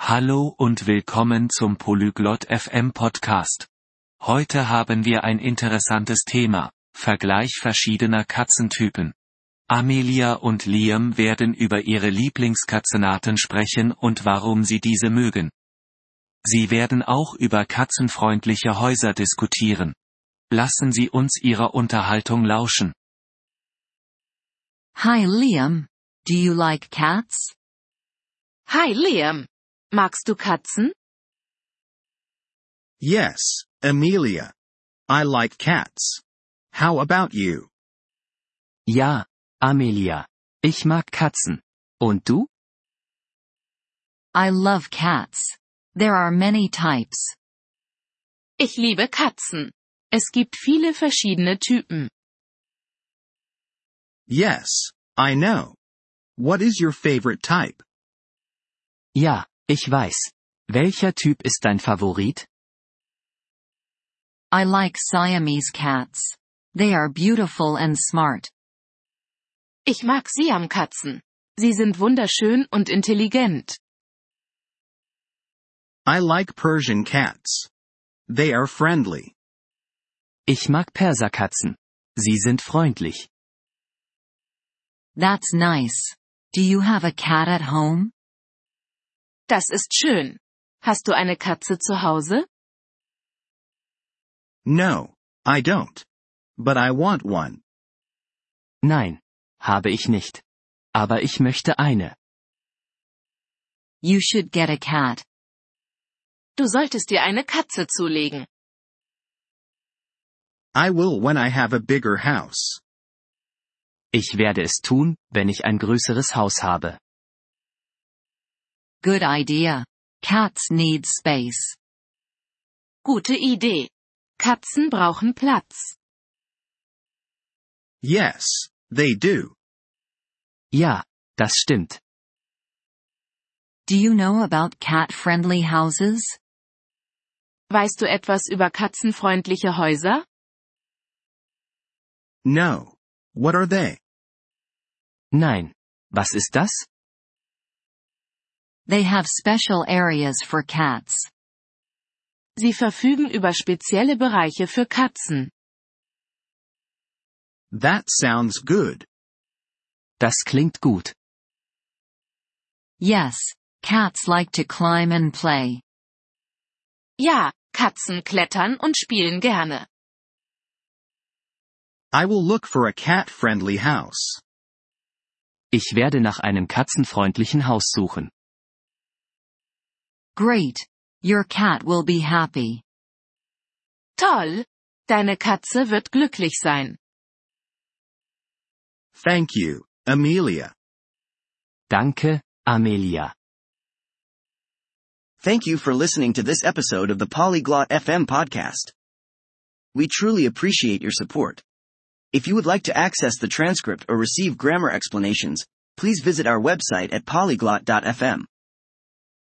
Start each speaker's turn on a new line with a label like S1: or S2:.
S1: Hallo und willkommen zum Polyglot FM Podcast. Heute haben wir ein interessantes Thema, Vergleich verschiedener Katzentypen. Amelia und Liam werden über ihre Lieblingskatzenarten sprechen und warum sie diese mögen. Sie werden auch über katzenfreundliche Häuser diskutieren. Lassen Sie uns Ihrer Unterhaltung lauschen.
S2: Hi Liam. Do you like cats?
S3: Hi Liam. Magst du Katzen?
S4: Yes, Amelia. I like cats. How about you?
S5: Ja, Amelia. Ich mag Katzen. Und du?
S2: I love cats. There are many types.
S3: Ich liebe Katzen. Es gibt viele verschiedene Typen.
S4: Yes, I know. What is your favorite type?
S5: Ja, ich weiß. Welcher Typ ist dein Favorit?
S2: I like Siamese cats. They are beautiful and smart.
S3: Ich mag Siamkatzen. Sie sind wunderschön und intelligent.
S4: I like Persian cats. They are friendly.
S5: Ich mag Perserkatzen. Sie sind freundlich.
S2: That's nice. Do you have a cat at home?
S3: Das ist schön. Hast du eine Katze zu Hause?
S4: No, I don't. But I want one.
S5: Nein, habe ich nicht. Aber ich möchte eine.
S2: You should get a cat.
S3: Du solltest dir eine Katze zulegen.
S4: I will when I have a bigger house.
S5: Ich werde es tun, wenn ich ein größeres Haus habe.
S2: Good idea. Cats need space.
S3: Gute Idee. Katzen brauchen Platz.
S4: Yes, they do.
S5: Ja, das stimmt.
S2: Do you know about cat-friendly houses?
S3: Weißt du etwas über katzenfreundliche Häuser?
S4: No. What are they?
S5: Nein. Was ist das?
S2: They have special areas for cats.
S3: Sie verfügen über spezielle Bereiche für Katzen.
S4: That sounds good.
S5: Das klingt gut.
S2: Yes, cats like to climb and play.
S3: Ja, Katzen klettern und spielen gerne.
S4: I will look for a cat-friendly house.
S5: Ich werde nach einem katzenfreundlichen Haus suchen.
S2: Great. Your cat will be happy.
S3: Toll! Deine Katze wird glücklich sein.
S4: Thank you, Amelia.
S5: Danke, Amelia.
S6: Thank you for listening to this episode of the Polyglot FM podcast. We truly appreciate your support. If you would like to access the transcript or receive grammar explanations, please visit our website at polyglot.fm.